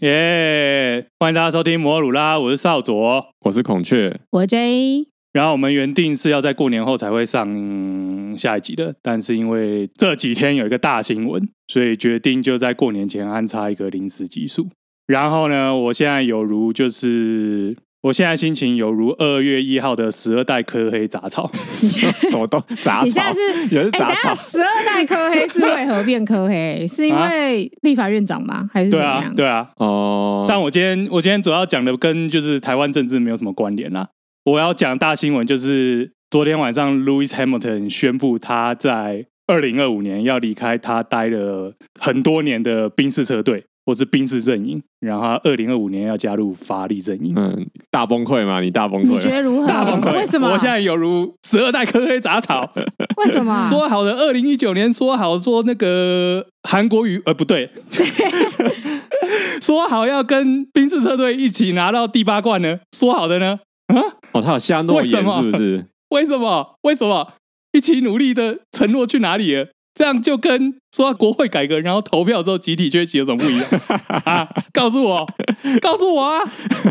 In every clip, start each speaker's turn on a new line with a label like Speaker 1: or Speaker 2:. Speaker 1: 耶、欢迎大家收听摩鲁拉，我是少佐。
Speaker 2: 我是孔雀，
Speaker 3: 我 J
Speaker 1: 然后我们原定是要在过年后才会上、嗯下一集的，但是因为这几天有一个大新闻，所以决定就在过年前安插一个临时集数。然后呢，我现在有如就是。我现在心情有如二月一号的十二代科黑杂草，
Speaker 2: 什么都杂
Speaker 3: 你现
Speaker 2: 草
Speaker 3: 在，是
Speaker 2: 也是
Speaker 3: 哎、
Speaker 2: 杂
Speaker 3: 等
Speaker 2: 草
Speaker 3: 下，十二代科黑是为何变 科黑？是因为立法院长吗？还是怎
Speaker 1: 啊对
Speaker 3: 么
Speaker 1: 啊
Speaker 3: 样？，
Speaker 1: 对啊。
Speaker 2: 哦，
Speaker 1: 但我今天我今天主要讲的跟就是台湾政治没有什么关联啦。我要讲大新闻就是昨天晚上，Louis Hamilton 宣布他在二零二五年要离开他待了很多年的宾士车队或是宾士阵营，然后他二零二五年要加入法力阵营。
Speaker 2: 嗯，大崩溃嘛，你大崩
Speaker 3: 你觉
Speaker 2: 溃，
Speaker 3: 得如何？
Speaker 1: 大崩溃！
Speaker 3: 为什么？啊
Speaker 1: 我现在有如十二代科黑杂草。
Speaker 3: 为什么？
Speaker 1: 说好的二零一九年，说好说那个韩国瑜，呃，不对，说好要跟冰士车队一起拿到第八冠呢，说好的呢？
Speaker 2: 哦，他有下诺
Speaker 1: 为什
Speaker 2: 言
Speaker 1: 么
Speaker 2: 是不是？
Speaker 1: 为什么？为什么一起努力的承诺去哪里了？这样就跟说要国会改革，然后投票之后集体缺席有什么不一样啊？告诉我，告诉我啊！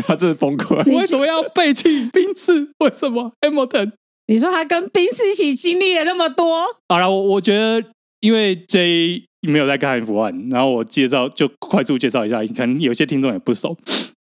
Speaker 2: 他真的崩 溃，
Speaker 3: 你
Speaker 1: 为什么要背弃冰士？为什么 Hamilton？
Speaker 3: 你说他跟冰士一起经历了那么多，
Speaker 1: 好了，我我觉得，因为 J 没有在看 F 1然后我介绍就快速介绍一下，可能有些听众也不熟。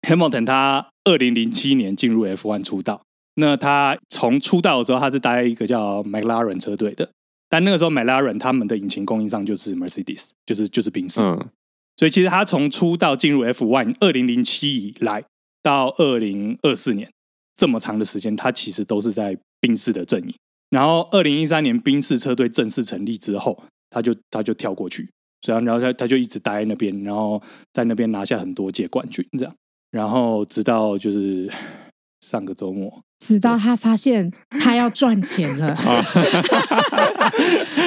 Speaker 1: Hamilton 他二零零七年进入 F 1出道，那他从出道的时候他是待一个叫 McLaren 车队的，但那个时候 McLaren 他们的引擎供应商就是 Mercedes，就是就是宾士，
Speaker 2: 嗯，
Speaker 1: 所以其实他从出道进入 F 1二零零七以来到二零二四年这么长的时间，他其实都是在宾士的阵营。然后二零一三年宾士车队正式成立之后，他就他就跳过去，所以然后他他就一直待在那边，然后在那边拿下很多届冠军这样。然后直到就是上个周末，
Speaker 3: 直到他发现他要赚钱了，
Speaker 1: 啊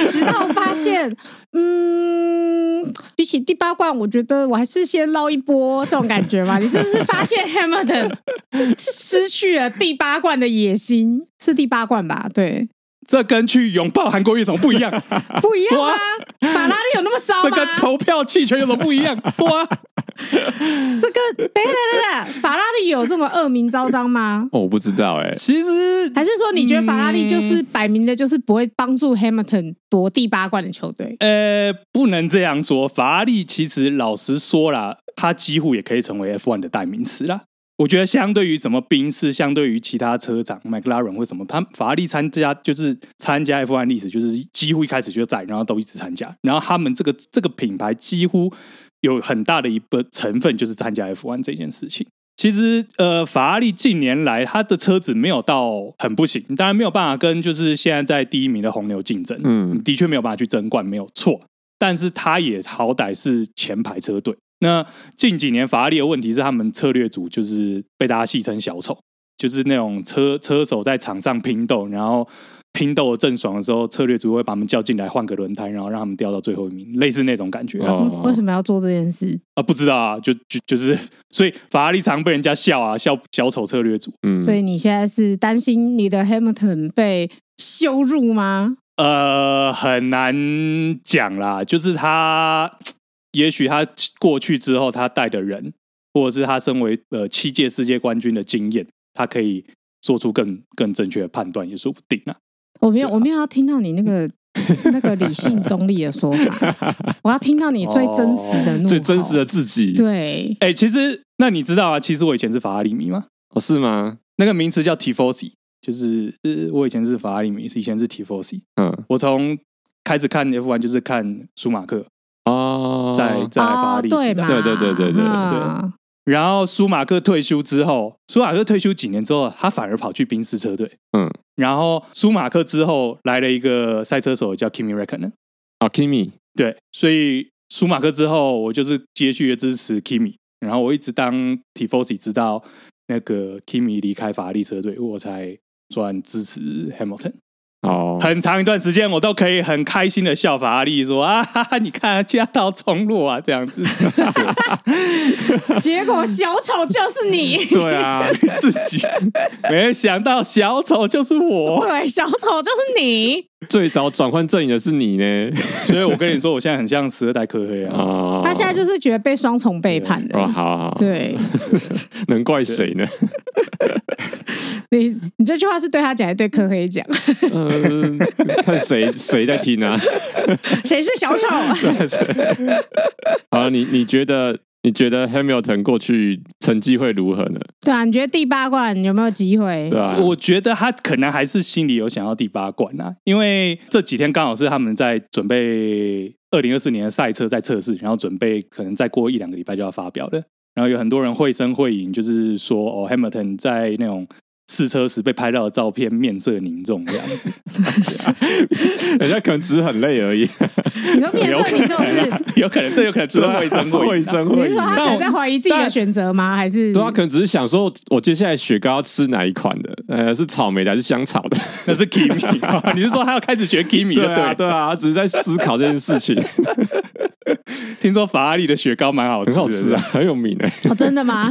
Speaker 3: 直到发现，嗯，比起第八冠，我觉得我还是先捞一波这种感觉吧。你是不是发现 Hamilton 失去了第八冠的野心？是第八冠吧？对，
Speaker 1: 这跟去拥抱韩国有什么不一样？
Speaker 3: 不一样
Speaker 1: 说
Speaker 3: 吗
Speaker 1: 啊？
Speaker 3: 法拉利有那么糟
Speaker 1: 这
Speaker 3: 吗？
Speaker 1: 跟投票弃权有什么不一样？说啊，
Speaker 3: 这个等一下等一下等一下，法拉利有这么恶名昭彰吗？
Speaker 2: 哦，我不知道哎，
Speaker 1: 其实
Speaker 3: 还是说你觉得法拉利就是摆明的，就是不会帮助 Hamilton 夺第八冠的球队？
Speaker 1: 呃，不能这样说。法拉利其实老实说啦，它几乎也可以成为 F1 的代名词啦。我觉得相对于什么宾士，相对于其他车厂，McLaren 或什么，他法拉利参加就是参加 F1 历史，就是几乎一开始就在，然后都一直参加。然后他们这个这个品牌几乎有很大的一个成分就是参加 F1 这件事情。其实，呃，法拉利近年来它的车子没有到很不行，当然没有办法跟就是现在在第一名的红牛竞争，
Speaker 2: 嗯
Speaker 1: 的确没有办法去争冠，没有错。但是它也好歹是前排车队。那近几年法拉利的问题是，他们策略组就是被大家戏称小丑，就是那种车车手在场上拼斗，然后拼斗得正爽的时候，策略组会把他们叫进来换个轮胎，然后让他们掉到最后一名，类似那种感觉啊。
Speaker 2: 哦
Speaker 3: 嗯为什么要做这件事？
Speaker 1: 啊，不知道啊，就就就是，所以法拉利常被人家笑啊，笑小丑策略组。
Speaker 2: 嗯，
Speaker 3: 所以你现在是担心你的 Hamilton 被羞辱吗？
Speaker 1: 呃，很难讲啦，就是他，也许他过去之后，他带的人，或者是他身为呃七届世界冠军的经验，他可以做出更更正确的判断，也说不定啊。
Speaker 3: 我没有，我没有要听到你 那个那个理性中立的说法，我要听到你最真实的怒 吼
Speaker 2: 最真实的自己，
Speaker 3: 对。
Speaker 1: 哎、其实那你知道啊，其实我以前是法拉利迷吗？
Speaker 2: 哦，是吗？
Speaker 1: 那个名词叫 Tifosi，就是、呃、我以前是法拉利迷，以前是 Tifosi。
Speaker 2: 嗯，
Speaker 1: 我从开始看 F1 就是看舒马克，
Speaker 2: 哦，
Speaker 1: 在在法拉
Speaker 3: 哦，
Speaker 1: 利时代、
Speaker 3: 对嘛？
Speaker 2: 对对对对对
Speaker 3: 啊
Speaker 1: 然后舒马克退休之后，舒马克退休几年之后，他反而跑去宾士车队。
Speaker 2: 嗯，
Speaker 1: 然后舒马克之后来了一个赛车手叫 Kimi r a c k o n e n
Speaker 2: 哦，Kimi，
Speaker 1: 对，所以舒马克之后，我就是接续的支持 Kimi，然后我一直当 Tifosi，直到那个 Kimi 离开法拉利车队，我才转支持 Hamilton。
Speaker 2: 哦，
Speaker 1: 很长一段时间，我都可以很开心的笑法拉利说啊，哈哈，你看家道中落啊，这样子。
Speaker 3: 结果小丑就是你，
Speaker 1: 对啊， 自己没想到小丑就是我。
Speaker 3: 对，小丑就是你。
Speaker 2: 最早转换阵营的是你 呢
Speaker 1: 所以我跟你说，我现在很像十二代科黑啊。
Speaker 2: 啊！
Speaker 3: 他现在就是觉得被双重背叛
Speaker 2: 哦，
Speaker 3: 了。
Speaker 2: 好好，
Speaker 3: 对
Speaker 2: 能怪谁呢？
Speaker 3: 你，你这句话是对他讲，还是对科黑讲？
Speaker 2: 嗯，看谁谁在听啊？
Speaker 3: 谁是小丑？
Speaker 2: 好了，你你觉得你觉得 Hamilton 过去成绩会如何呢？
Speaker 3: 对啊，你觉得第八冠有没有机会？
Speaker 2: 对 啊，
Speaker 1: 哦我觉得他可能还是心里有想要第八冠啊，因为这几天刚好是他们在准备二零二四年的赛车在测试，然后准备可能再过一两个礼拜就要发表了。然后有很多人绘声绘影，就是说哦，Hamilton 在那种试车时被拍到的照片面色凝重这样子，
Speaker 2: 人家可能只是很累而 已，啊
Speaker 3: 你说面色你就是，
Speaker 1: 有可能这有可能只是 绘声绘影啊
Speaker 2: 会生
Speaker 3: 你
Speaker 2: 会
Speaker 3: 是说他可能在怀疑自己的选择吗？还是
Speaker 2: 对啊，可能只是想说，我接下来雪糕要吃哪一款的？ 呃，是草莓的还是香草的？
Speaker 1: 那是 Kimi，哦 你是说他要开始学 Kimi 就对
Speaker 2: 对
Speaker 1: 了
Speaker 2: 啊， 对啊，只是在思考这件事 情，
Speaker 1: 听说法拉利的雪糕蛮好吃
Speaker 2: 很
Speaker 1: 的，
Speaker 2: 好吃啊，很有名哎、
Speaker 3: 哦，真的吗？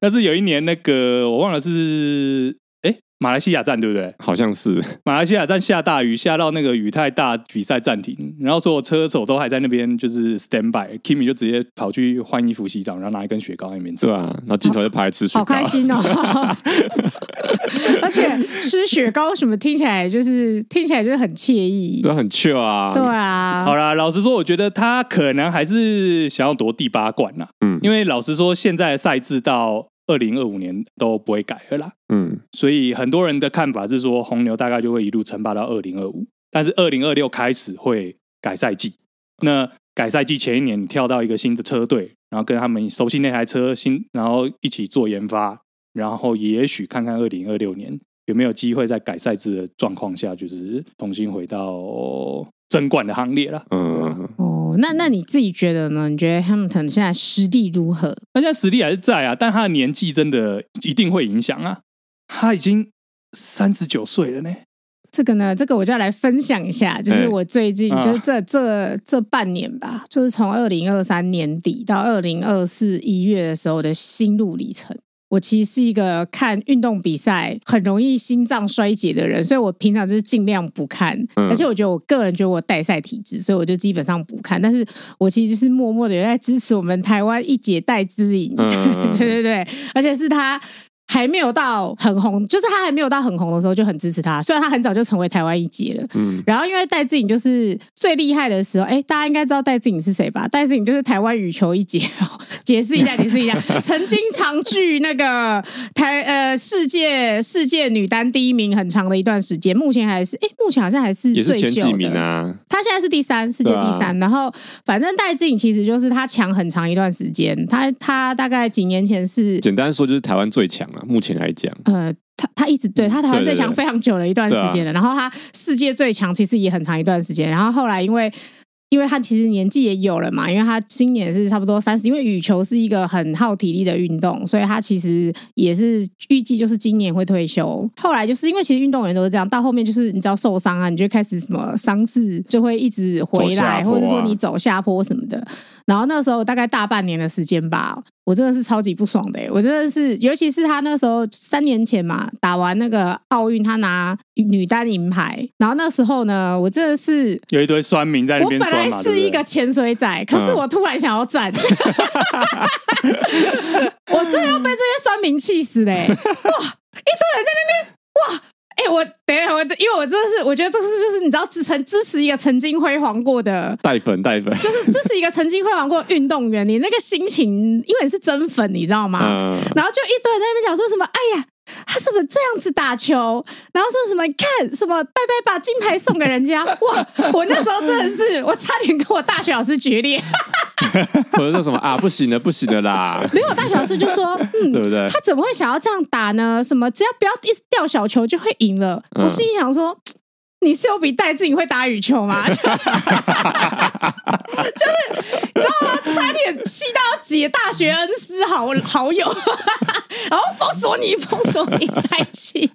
Speaker 1: 但是有一年那个我忘了是哎马来西亚站对不对？
Speaker 2: 好像是
Speaker 1: 马来西亚站下大雨，下到那个雨太大，比赛暂停，然后所有车手都还在那边就是 stand by，Kimi 就直接跑去换衣服、洗澡，然后拿一根雪糕在那边吃。
Speaker 2: 对啊，然后镜头就拍吃雪糕，
Speaker 3: 好开 心哦！而且吃雪糕什么，听起来就是听起来就是很惬意。
Speaker 2: 对啊，很 chill 啊，
Speaker 3: 对啊，
Speaker 1: 好啦，老实说，我觉得他可能还是想要夺第八冠啦，
Speaker 2: 嗯
Speaker 1: 因为老实说，现在的赛制到二零二五年都不会改了啦。
Speaker 2: 嗯，
Speaker 1: 所以很多人的看法是说，红牛大概就会一路称霸到二零二五，但是二零二六开始会改赛季。
Speaker 3: 嗯
Speaker 1: 那改赛季前一年，你跳到一个新的车队，然后跟他们熟悉那台车新，然后一起做研发，然后也许看看二零二六年有没有机会在改赛制的状况下，就是重新回到争冠的行列了。
Speaker 2: 嗯，
Speaker 3: 哦，那那你自己觉得呢？你觉得 Hamilton 现在实力如何？
Speaker 1: 那现在实力还是在啊，但他的年纪真的一定会影响啊。他已经三十九岁了呢，
Speaker 3: 这个呢，这个我就要来分享一下，就是
Speaker 2: 哎
Speaker 3: 我最近、
Speaker 1: 啊
Speaker 3: 就是这这这半年吧，就是从二零二三年底到二零二四一月的时候的心路历程。我其实是一个看运动比赛很容易心脏衰竭的人，所以我平常就是尽量不看，
Speaker 2: 嗯
Speaker 3: 而且我觉得我个人觉得我带赛体质，所以我就基本上不看。但是我其实就是默默的在支持我们台湾一姐戴资颖，
Speaker 2: 嗯
Speaker 3: 对对对，而且是他还没有到很红，就是他还没有到很红的时候就很支持他。虽然他很早就成为台湾一姐了，
Speaker 2: 嗯
Speaker 3: 然后因为戴志颖就是最厉害的时候，哎，大家应该知道戴志颖是谁吧？戴志颖就是台湾羽球一姐哦，解释一下，解释 一下，曾经长居那个台呃世界世界女单第一名很长的一段时间，目前还是哎，目前好像还是
Speaker 2: 也是
Speaker 3: 最
Speaker 2: 前
Speaker 3: 久
Speaker 2: 几
Speaker 3: 的。
Speaker 2: 名啊，
Speaker 3: 他现在是第三，世界第
Speaker 2: 对
Speaker 3: 三。
Speaker 2: 啊
Speaker 3: 然后反正戴志颖其实就是他强很长一段时间，他他大概几年前是
Speaker 2: 简单说就是台湾最强啊，目前来 讲，
Speaker 3: 呃，他他一直对他台湾
Speaker 2: 对
Speaker 3: 最
Speaker 2: 对
Speaker 3: 强
Speaker 2: 对
Speaker 3: 非常久了一段时
Speaker 2: 对
Speaker 3: 间
Speaker 2: 啊
Speaker 3: 了，然后他世界最强其实也很长一段时间，然后后来因为。因为他其实年纪也有了嘛，因为他今年是差不多三十，因为羽球是一个很耗体力的运动，所以他其实也是预计就是今年会退休。后来就是因为其实运动员都是这样，到后面就是你知道受伤啊，你就开始什么伤势就会一直回
Speaker 2: 走下
Speaker 3: 来，
Speaker 2: 坡啊
Speaker 3: 或者说你走下坡什么的。然后那时候大概大半年的时间吧，我真的是超级不爽的、欸，我真的是，尤其是他那时候三年前嘛，打完那个奥运，他拿女单银牌，然后那时候呢，我真的是。
Speaker 1: 有一堆酸民在那
Speaker 3: 我
Speaker 1: 边
Speaker 3: 本
Speaker 1: 酸
Speaker 3: 来
Speaker 1: 嘛，对
Speaker 3: 是
Speaker 1: 不
Speaker 3: 一
Speaker 1: 对
Speaker 3: 个潜水仔，可是我突然想 要站，我真的要被这些酸民气死嘞、哇，一堆人在那边，哇，哎、我等一下，我因为我真的是，我觉得这是就是你知道支撑支持一个曾经辉煌过的
Speaker 2: 带粉带 粉，
Speaker 3: 就是这是一个曾经辉煌过运动员，你那个心情，因为你是真粉，你知道吗？
Speaker 2: 嗯，
Speaker 3: 然后就一堆人在那边讲说什么，哎呀。他怎么这样子打球？然后说什么你看什么拜拜把金牌送给人家？哇！我那时候真的是，我差点跟我大学老师决裂。
Speaker 2: 或者说什么啊，不行了，不行了 啦，
Speaker 3: 没有，我大学老师就说，嗯，
Speaker 2: 对不对
Speaker 3: 他怎么会想要这样打呢？什么只要不要一直掉小球就会赢了？
Speaker 2: 嗯
Speaker 3: 我心里想说，你是有比戴志颖会打羽 球吗？就是你知道吗？差点气到姐大学恩师好好友， 然后封锁你，封锁你，太气。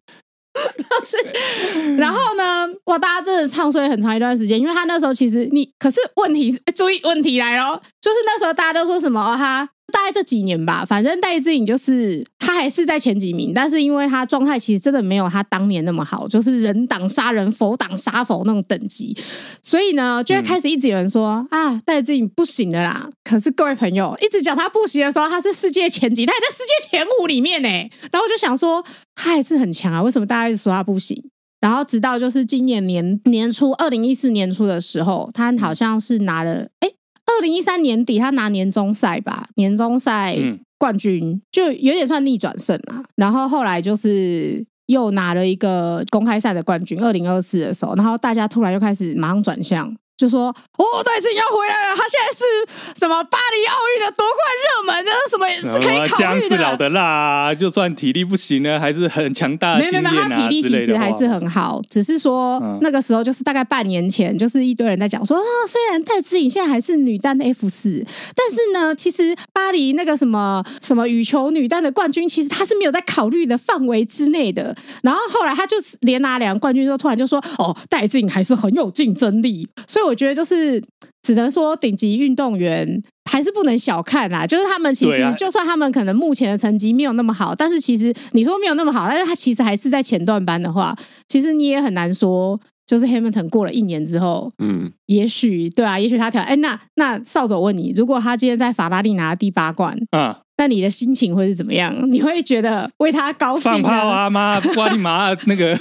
Speaker 3: 就是， 然后呢？哇，大家真的唱衰很长一段时间，哎因为他那时候其实你，可是问题是，注意问题来咯，就是那时候大家都说什么、哦、他大概这几年吧，反正戴志颖就是他还是在前几名，但是因为他状态其实真的没有他当年那么好，就是人挡杀人，佛挡杀佛那种等级，所以呢，就会开始一直有人说、啊，戴志颖不行了啦。可是各位朋友一直讲他不行的时候，他是世界前几，他还在世界前五里面呢、然后我就想说，他还是很强啊，为什么大家一直说他不行？然后直到就是今年年年初，二零一四年初的时候，他
Speaker 1: 嗯
Speaker 3: 好像是拿了，哎，二零一三年底他拿年终赛吧，年终赛
Speaker 1: 嗯
Speaker 3: 冠军，就有点算逆转胜啦。然后后来就是又拿了一个公开赛的冠军，二零二四的时候，然后大家突然又开始马上转向。就说哦，戴志颖要回来了，他现在是什么巴黎奥运的夺冠热门，这是什么也
Speaker 1: 呃
Speaker 3: 是可以考
Speaker 1: 啊姜
Speaker 3: 虑
Speaker 1: 是
Speaker 3: 的。
Speaker 1: 老的辣啊，就算体力不行呢，还是很强大的
Speaker 3: 没有
Speaker 1: 经验
Speaker 3: 没有，
Speaker 1: 啊
Speaker 3: 他体力
Speaker 1: 之
Speaker 3: 其
Speaker 1: 类的
Speaker 3: 实
Speaker 1: 话
Speaker 3: 还是很好，只是说、
Speaker 1: 嗯
Speaker 3: 那个时候就是大概半年前，就是一堆人在讲说啊，虽然戴志颖现在还是女单的 F 四，但是呢，其实巴黎那个什么什么羽球女单的冠军，其实他是没有在考虑的范围之内的。然后后来他就是连拿两个冠军之后，突然就说哦，戴志颖还是很有竞争力，所以我觉得就是只能说顶级运动员。还是不能小看啦，就是他们其
Speaker 1: 对
Speaker 3: 实
Speaker 1: 啊
Speaker 3: 就算他们可能目前的成绩没有那么好，但是其实你说没有那么好，但是他其实还是在前段班的话，其实你也很难说，就是 Hamilton 过了一年之后，
Speaker 2: 嗯，
Speaker 3: 也许对啊，也许他调哎，那那少佐问你，如果他今天在法拉利拿第八冠，
Speaker 1: 啊，
Speaker 3: 那你的心情会是怎么样？你会觉得为他高兴
Speaker 1: 放
Speaker 3: 吗？
Speaker 1: 炮啊妈，瓜地马拉那 个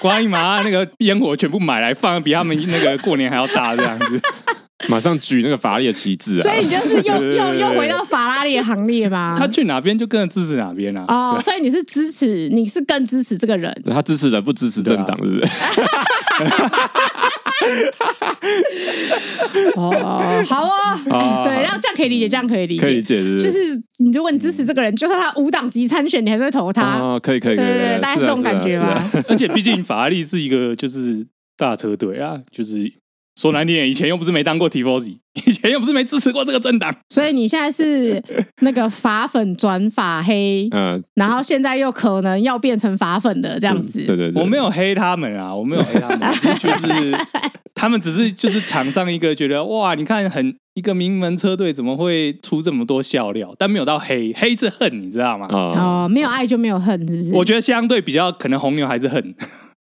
Speaker 1: 瓜地马拉那个烟火全部买来放，比他们那个过年还要大这样 子。
Speaker 2: 马上举那个法力的旗帜啊！
Speaker 3: 所以你就是
Speaker 1: 对
Speaker 3: 又
Speaker 1: 对
Speaker 3: 又
Speaker 1: 对
Speaker 3: 又回到法拉利的行列吗？
Speaker 1: 他去哪边就跟着支持哪边啊。
Speaker 3: 啊哦，所以你是支持，你是更支持这个人，
Speaker 2: 他支持人不支持政
Speaker 1: 啊
Speaker 2: 党，是不是？
Speaker 3: 哦，好啊、
Speaker 2: 好好
Speaker 3: 对，然后这样可以理解，这样可以理解，
Speaker 2: 可以理解，是不？
Speaker 3: 就是是你如果你支持这个人，就算他无党籍参选，你还是会投他，
Speaker 2: 啊，可以可以
Speaker 3: 对
Speaker 2: 可以
Speaker 3: 对
Speaker 2: 可
Speaker 3: 对，
Speaker 2: 以，
Speaker 3: 大概
Speaker 2: 是啊
Speaker 3: 这种感觉
Speaker 2: 是啊是
Speaker 3: 吧
Speaker 2: 啊。
Speaker 1: 而且毕竟法拉利是一个就是大车队啊，就是说难听点，以前又不是没当过 Tifosi，以前又不是没支持过这个政党。
Speaker 3: 所以你现在是那个法粉转法黑，
Speaker 2: 嗯，
Speaker 3: 然后现在又可能要变成法粉的这样子。
Speaker 2: 对对对，
Speaker 1: 我没有黑他们啊，我没有黑他 们，只是就是他们只是就是场上一个觉得哇，你看很一个名门车队怎么会出这么多笑料，但没有到黑，黑是恨，你知道吗？
Speaker 2: 啊
Speaker 3: 哦，没有爱就没有恨，是不是？
Speaker 1: 我觉得相对比较可能红牛还是恨，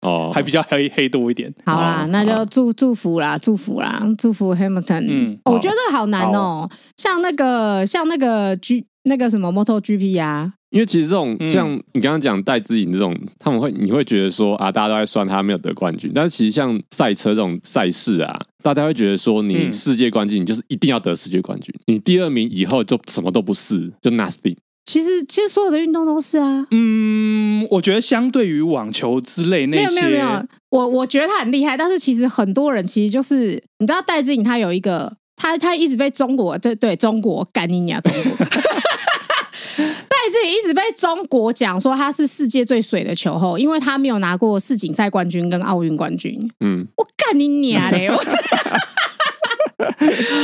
Speaker 2: 哦，
Speaker 1: 还比较黑黑多一点。
Speaker 3: 好啦，那就祝祝福啦，祝福啦，祝福 Hamilton。
Speaker 1: 嗯
Speaker 3: 哦我
Speaker 1: 好
Speaker 3: 觉得这个好难哦，像那个像那个 G 那个什么 MotoGP 啊，
Speaker 2: 因为其实这种
Speaker 1: 嗯
Speaker 2: 像你刚刚讲戴资颖这种，他们会你会觉得说啊，大家都在算他没有得冠军，但是其实像赛车这种赛事啊，大家会觉得说你
Speaker 1: 嗯
Speaker 2: 世界冠军，你就是一定要得世界冠军，你第二名以后就什么都不是，就 nothing。
Speaker 3: 其实其实所有的运动都是啊。
Speaker 1: 嗯，我觉得相对于网球之类那
Speaker 3: 没有没
Speaker 1: 些，
Speaker 3: 有没有，我我觉得他很厉害，但是其实很多人其实就是你知道戴志颖他有一个他他一直被中国这对中国干你娘中国。 戴志颖一直被中国讲说他是世界最水的球后，因为他没有拿过世锦赛冠军跟奥运冠军。
Speaker 2: 嗯，
Speaker 3: 我干你娘嘞！我真的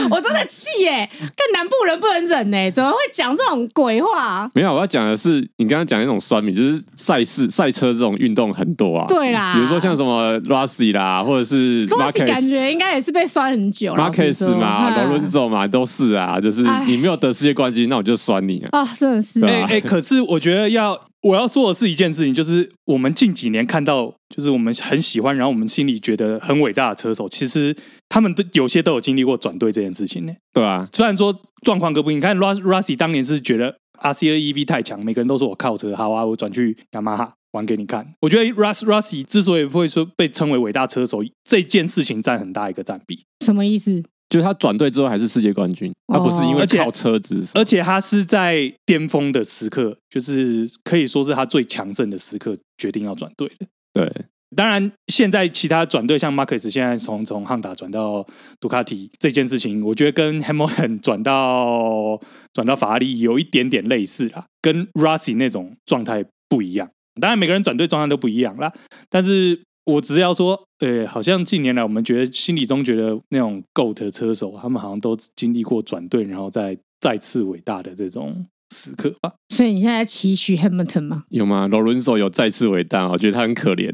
Speaker 3: 我真的气耶、干南部人不能忍呢、怎么会讲这种鬼话？啊
Speaker 2: 没有，我要讲的是你刚刚讲的那种酸民，就是赛事赛车这种运动很多啊，
Speaker 3: 对啦
Speaker 2: 比如说像什么 Rossi 啦，或者是
Speaker 3: 罗西
Speaker 2: Marquez
Speaker 3: 感觉应该也是被酸很久了。
Speaker 2: Marquez 嘛，
Speaker 3: 罗
Speaker 2: 罗伦佐嘛，都是啊，就是
Speaker 3: 唉
Speaker 2: 你没有得世界冠军，那我就酸你啊。
Speaker 3: 啊，真的是
Speaker 2: 对
Speaker 1: 哎、
Speaker 2: 啊
Speaker 1: 哎可是我觉得要我要做的是一件事情，就是我们近几年看到，就是我们很喜欢，然后我们心里觉得很伟大的车手，其实他们都有些都有经历过转队这件事情呢、
Speaker 2: 对啊，
Speaker 1: 虽然说状况各不一，你看 Ras- Rossi 当年是觉得 R C 二 E V 太强，每个人都说我靠车，好啊，我转去雅马哈玩给你看。我觉得 Ras Rossi 之所以会说被称为伟大车手，这件事情占很大一个占比。
Speaker 3: 什么意思？
Speaker 2: 就是他转队之后还是世界冠军，
Speaker 3: 哦
Speaker 2: 他不是因为
Speaker 1: 而且
Speaker 2: 靠车子，
Speaker 1: 而且他是在巅峰的时刻，就是可以说是他最强盛的时刻，决定要转队的。
Speaker 2: 对，
Speaker 1: 当然，现在其他转队像 Marcus 现在从从汉达转到杜卡迪这件事情，我觉得跟 Hamilton 转到转到法拉利有一点点类似啦，跟 Rossi 那种状态不一样。当然，每个人转队状态都不一样啦，但是我只是要说，呃，好像近年来我们觉得心里中觉得那种 GOAT 车手，他们好像都经历过转队，然后再再次伟大的这种时刻啊吧。
Speaker 3: 所以你现在期许 Hamilton 吗？
Speaker 2: 有吗？罗伦佐有再次伟大，我觉得他很 可怜。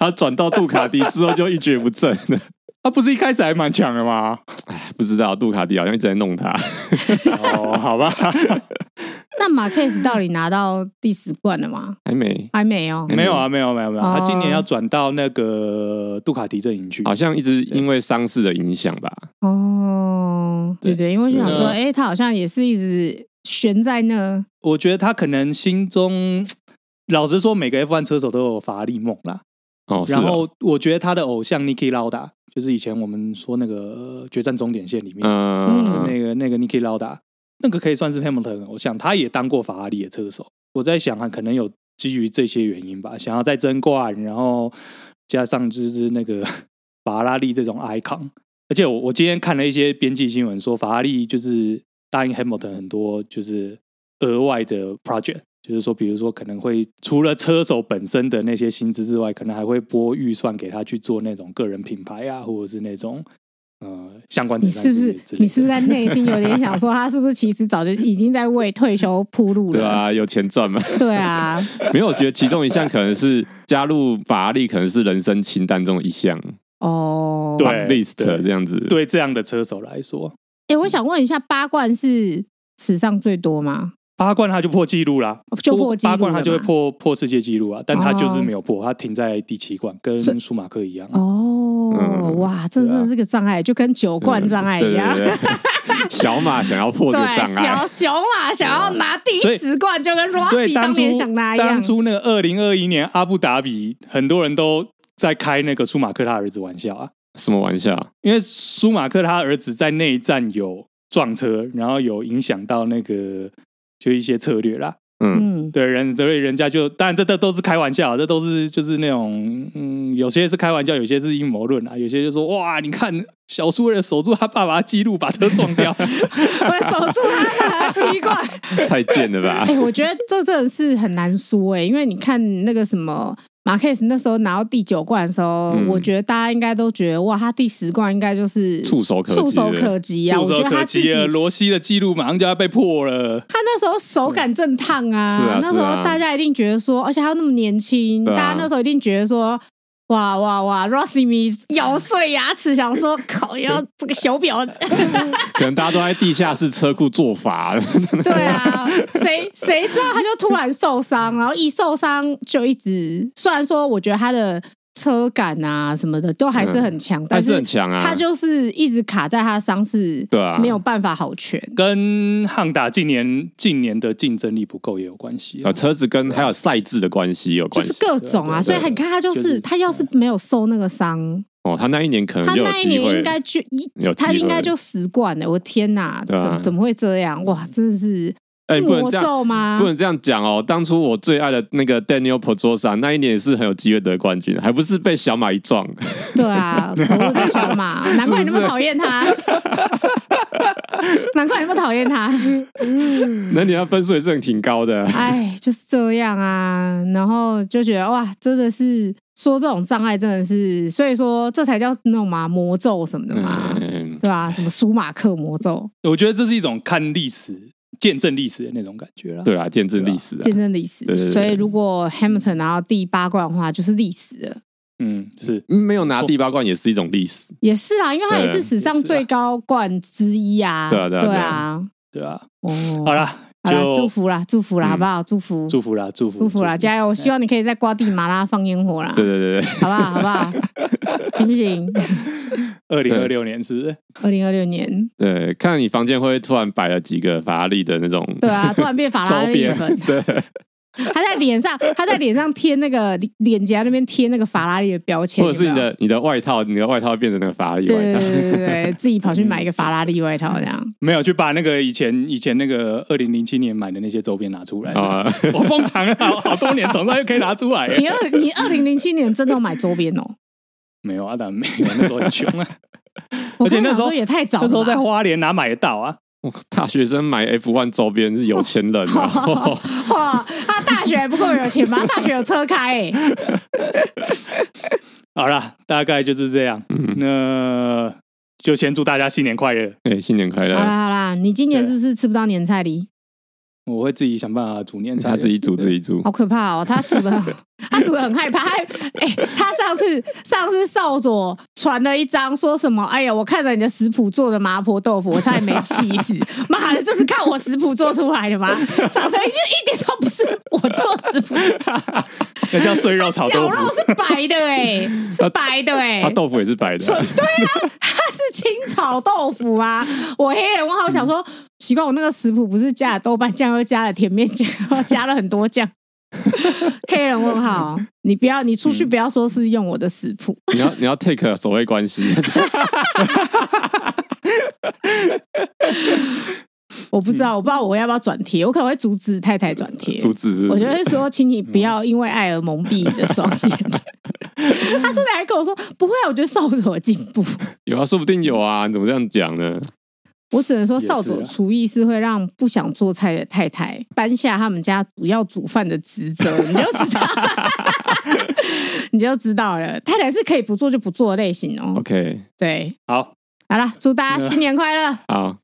Speaker 2: 他转到杜卡迪之后就一蹶不振了，
Speaker 1: 他啊不是一开始还蛮强的吗？
Speaker 2: 不知道杜卡迪好像一直在弄他，
Speaker 1: 哦，好吧，
Speaker 3: 那马克斯到底拿到第十冠了吗？
Speaker 2: 还没，
Speaker 3: 还没哦。
Speaker 1: 没
Speaker 2: 嗯
Speaker 1: 有啊，没有，没有，没有，
Speaker 3: 哦
Speaker 1: 他今年要转到那个杜卡迪阵营去。
Speaker 2: 好像一直因为伤势的影响吧。
Speaker 3: 哦，对对，因为就想
Speaker 2: 啊
Speaker 3: 说，
Speaker 1: 那
Speaker 3: 哎、他好像也是一直悬在那。
Speaker 1: 我觉得他可能心中，老实说，每个 F1 车手都有法拉利梦啦。
Speaker 2: 哦，是
Speaker 1: 然
Speaker 2: 哦，
Speaker 1: 后我觉得他的偶像 Niki Lauda，就是以前我们说那个呃决战终点线里面、
Speaker 2: 嗯，
Speaker 1: 那个那个 Niki Lauda，那个可以算是 Hamilton 的偶像，他也当过法拉利的车手。我在想啊，可能有基于这些原因吧，想要再争冠，然后加上就是那个 法拉利这种 icon。而且我我今天看了一些编辑新闻，说法拉利就是答应 Hamilton 很多就是额外的 project，就是说，比如说可能会除了车手本身的那些薪资之外，可能还会拨预算给他去做那种个人品牌啊，或者是那种呃相关
Speaker 3: 你
Speaker 1: 慈善
Speaker 3: 是不
Speaker 1: 事
Speaker 3: 是
Speaker 1: 业之类的。
Speaker 3: 你是不是在内心有点想说，他是不是其实早就已经在为退休铺路
Speaker 2: 对
Speaker 3: 了？
Speaker 2: 啊，有钱赚 嘛？
Speaker 3: 对啊，
Speaker 2: 没有，我觉得其中一项可能是加入法拉利，可能是人生清单中一项
Speaker 3: 哦，
Speaker 1: 对
Speaker 2: bucket list 这样子。，嗯
Speaker 1: 对这样的车手来说，
Speaker 3: 哎、我想问一下，八冠是史上最多吗？
Speaker 1: 八冠他就破纪录啦，
Speaker 3: 就破纪录
Speaker 1: 八冠他就会
Speaker 3: 了嘛
Speaker 1: 破破世界纪录啊，但他就是
Speaker 3: 哦
Speaker 1: 没有破，他停在第七冠，
Speaker 3: 所
Speaker 1: 跟舒马克一样啊。
Speaker 3: 哦，
Speaker 2: 嗯
Speaker 3: 哇，这真的是个障碍，就跟九冠障碍一样。
Speaker 2: 对对对 小马想要破这个障碍
Speaker 3: 小，熊马想要拿第
Speaker 1: 所以
Speaker 3: 十冠，就跟
Speaker 1: 所以
Speaker 3: Rossi
Speaker 1: 当
Speaker 3: 当
Speaker 1: 初
Speaker 3: 年想拿一样
Speaker 1: 当。初那个二零二一年阿布达比，很多人都在开那个舒马克他儿子玩笑啊，
Speaker 2: 什么玩笑？
Speaker 1: 因为舒马克他儿子在那一站有撞车，然后有影响到那个就一些策略啦。
Speaker 2: 嗯，
Speaker 3: 嗯，
Speaker 1: 对人，所以人家就，当然这这都是开玩笑，这都是就是那种，嗯，有些是开玩笑，有些是阴谋论啊，有些就说哇，你看小苏为了守住他爸爸的记录，把车撞 掉，
Speaker 3: 我守住他的 奇怪。
Speaker 2: 太贱了吧
Speaker 3: 哎、？我觉得这真的是很难说哎、因为你看那个什么马克斯那时候拿到第九冠的时候，
Speaker 2: 嗯
Speaker 3: 我觉得大家应该都觉得哇，他第十冠应该就是
Speaker 2: 触手可及
Speaker 3: 触手可 及啊！
Speaker 1: 触
Speaker 3: 我觉
Speaker 1: 手
Speaker 3: 得他
Speaker 1: 可
Speaker 3: 自
Speaker 1: 及
Speaker 3: 己
Speaker 1: 了，罗西的记录马上就要被破了。
Speaker 3: 他那时候手感正烫啊，
Speaker 2: 是啊
Speaker 3: 那时
Speaker 2: 是啊
Speaker 3: 候大家一定觉得说，而且他又那么年轻，
Speaker 2: 对啊
Speaker 3: 大家那时候一定觉得说。哇哇哇！Rossimi 咬碎牙齿，想说靠，要这个小婊子，
Speaker 2: 可能大家都在地下室车库做法，
Speaker 3: 对啊，谁谁知道他就突然受伤，然后一受伤就一直，虽然说我觉得他的车感啊什么的都还是很强，
Speaker 2: 还
Speaker 3: 但
Speaker 2: 是
Speaker 3: 是
Speaker 2: 很强啊。
Speaker 3: 他就是一直卡在他的伤势，
Speaker 2: 对啊
Speaker 3: 没有办法好全。
Speaker 1: 跟汉达近年近年的竞争力不够也有关系啊、
Speaker 2: 啊，车子跟还有赛制的关系有
Speaker 3: 就
Speaker 2: 关
Speaker 3: 是
Speaker 2: 系
Speaker 3: 各种啊，
Speaker 1: 对
Speaker 3: 所以
Speaker 1: 对
Speaker 3: 你看他就
Speaker 1: 就是是
Speaker 3: 他要是没有受那个伤，
Speaker 2: 哦。他那一年可能
Speaker 3: 他
Speaker 2: 就嗯有
Speaker 3: 那一
Speaker 2: 机
Speaker 3: 年应
Speaker 2: 会，
Speaker 3: 该就
Speaker 2: 有机会
Speaker 3: 他应该就十冠了。我天哪，
Speaker 2: 对啊
Speaker 3: 怎怎么会这样？哇，真的是
Speaker 2: 哎
Speaker 3: 是
Speaker 2: 不能
Speaker 3: 魔
Speaker 2: 这样
Speaker 3: 咒吗
Speaker 2: 不？能这样讲哦。当初我最爱的那个 Daniel Pedrosa 那一年也是很有机会得冠军，还不是被小马一撞。
Speaker 3: 对 啊，我的小马，难怪你那么讨厌他， 难怪你那么讨厌他。
Speaker 2: 嗯
Speaker 3: 嗯
Speaker 2: 那年他分数也是很挺高 的。
Speaker 3: 哎，就是这样啊。然后就觉得哇，真的是说这种障碍真的是，所以说这才叫那种嘛魔咒什么的嘛，
Speaker 2: 嗯，
Speaker 3: 对吧、什么舒马克魔咒，
Speaker 1: 我觉得这是一种看历史、见证历史的那种感觉啦。
Speaker 2: 对啦，见证历史啊
Speaker 3: 见。证历史。
Speaker 2: 对对对
Speaker 3: 所以如果 Hamilton 拿到第八冠的话，就是历史了。
Speaker 1: 嗯，是
Speaker 2: 嗯没有拿第八冠也是一种历史，
Speaker 3: 也是啦，因为他也
Speaker 2: 对啊
Speaker 3: 是史上最高冠之一啊。
Speaker 2: 对啊对啊
Speaker 3: 对
Speaker 2: 对
Speaker 3: 啊。
Speaker 1: 对啊。
Speaker 3: 哦，
Speaker 1: 好啦，
Speaker 3: 好啦，祝
Speaker 1: 就
Speaker 3: 福啦，祝福啦，
Speaker 2: 嗯
Speaker 3: 好不好？祝福，
Speaker 1: 祝福啦，祝福，
Speaker 3: 祝福啦，加油！我希
Speaker 1: 望
Speaker 3: 望你可以在瓜地马拉放烟火啦，
Speaker 2: 对对对对，
Speaker 3: 好不好？好不好？行不行？
Speaker 1: 二零二六年是不是？
Speaker 3: 二零二六年，
Speaker 2: 对，看你房间会不会突然摆了几个法拉利的那种
Speaker 3: 对啊，突然变法拉
Speaker 2: 周
Speaker 3: 利
Speaker 2: 边
Speaker 3: 粉，，
Speaker 2: 对，
Speaker 3: 他在脸上，他在脸上贴那个脸颊那边贴那个法拉利的标签，
Speaker 2: 或者是你
Speaker 3: 有没有
Speaker 2: 的你的外套，你的外套变成那个法拉利
Speaker 3: 对
Speaker 2: 外
Speaker 3: 对
Speaker 2: 套，
Speaker 3: 对对对对，自己跑去买一个法拉利外套这样。
Speaker 1: 没有，就把那个以前以前那个二零零七年买的那些周边拿出来
Speaker 2: 啊
Speaker 1: 我封藏了好好多年，总算又可以拿出来 耶。
Speaker 3: 你二你二零零七年真的有买周边哦？
Speaker 1: 没有啊，当然没有，那时候很穷啊，
Speaker 3: 我
Speaker 1: 而且
Speaker 3: 刚
Speaker 1: 那时候
Speaker 3: 想说也太早
Speaker 1: 那
Speaker 3: 了吧，
Speaker 1: 时候在花莲哪买得到啊？
Speaker 2: 我大学生买 F one 周边是有钱人 啊，
Speaker 3: 哇，他大学还不够有钱吗？大学有车开哎、
Speaker 1: 好啦，大概就是这样。
Speaker 2: 嗯，
Speaker 1: 那就先祝大家新年快乐，
Speaker 2: 哎，新年快乐
Speaker 3: 好！啦好啦，你今年是不是吃不到年菜梨？
Speaker 1: 我会自己想办法煮年菜
Speaker 2: 他
Speaker 1: 的。
Speaker 2: 自己煮自己煮
Speaker 3: 好，可怕哦！他煮的他主很害怕，他哎、他上次上次少佐传了一张说什么？哎呀，我看着你的食谱做的麻婆豆腐，我差点没气死！妈的，这是看我食谱做出来的吗？长得一一点都不是我做食谱，
Speaker 1: 那叫碎肉炒
Speaker 3: 绞
Speaker 1: 豆
Speaker 3: 肉
Speaker 1: 腐，
Speaker 3: 是白的哎、是白的哎、
Speaker 2: 他豆腐也是白 的啊、
Speaker 3: 它是清炒豆腐啊！我黑人问号，我想说，奇怪，我那个食谱不是加了豆瓣酱，又加了甜面酱，又加了很 多酱。黑人问号，你不要，你出去不要说是用我的食谱，
Speaker 2: 你要你要 take 所谓关系，
Speaker 3: 我不知道，我不知道我要不要转贴，我可能会阻止太太转贴。
Speaker 2: 嗯阻止是不？
Speaker 3: 我就是会说，请你不要因为爱而蒙蔽你的双 眼。他说：“你还跟我说不会啊，我觉得少佐进步。
Speaker 2: 有啊，说不定有啊，你怎么这样讲呢？
Speaker 3: 嗯我只能说，
Speaker 1: 也是啊
Speaker 3: 少佐厨艺是会让不想做菜的太太搬下他们家主要煮饭的职责，你就知道， 你就知道了。太太是可以不做就不做的类型哦。
Speaker 2: OK，
Speaker 3: 对，
Speaker 1: 好。
Speaker 3: 好了，祝大家新年快乐！
Speaker 2: 好，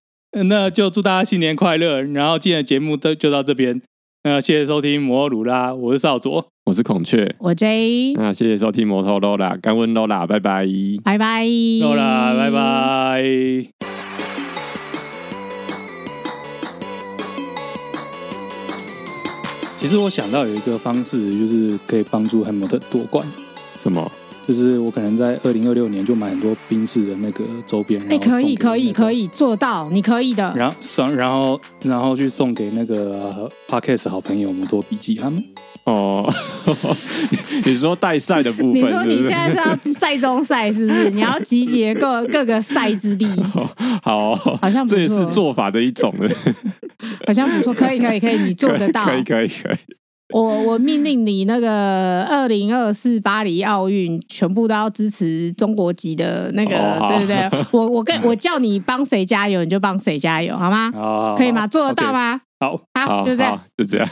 Speaker 1: 那就祝大家新年快乐。然后今天的节目都就到这边，那谢谢收听摩鲁拉，我是少佐，
Speaker 2: 我是孔雀，
Speaker 3: 我 J，
Speaker 2: 那谢谢收听摩托罗拉，干温罗拉，拜拜。
Speaker 3: 拜拜，
Speaker 1: 够啦，拜。拜。其实我想到有一个方式，就是可以帮助 Hamilton 夺冠，
Speaker 2: 什么？
Speaker 1: 就是我可能在二零二六年就买很多宾士的那个周边，
Speaker 3: 哎、可以，可以，可
Speaker 1: 以。
Speaker 3: 以做到，你可以的。
Speaker 1: 然后送，然后然后去送给那个、呃 Podcast 好朋友摩托笔记他们。
Speaker 2: 哦， 你说带赛的部分
Speaker 3: 你
Speaker 2: 是不是，
Speaker 3: 说你现在是要赛中赛是不是？你要集结各各个赛之力，
Speaker 2: 好，
Speaker 3: 好像不错
Speaker 2: 这也是做法的一种了，
Speaker 3: 好像不错，可以，可以，可以，你做得到。
Speaker 2: 可以，可以，可以，
Speaker 3: 我我命令你，那个二零二四巴黎奥运全部都要支持中国籍的那个，
Speaker 2: 哦好
Speaker 3: 对不对？我我跟我叫你帮谁加油，你就帮谁加油，好吗？
Speaker 2: 哦
Speaker 1: 好好好
Speaker 3: 可以吗？做得到？吗？
Speaker 1: 好，
Speaker 3: 好，就这样。
Speaker 2: 好，就这样。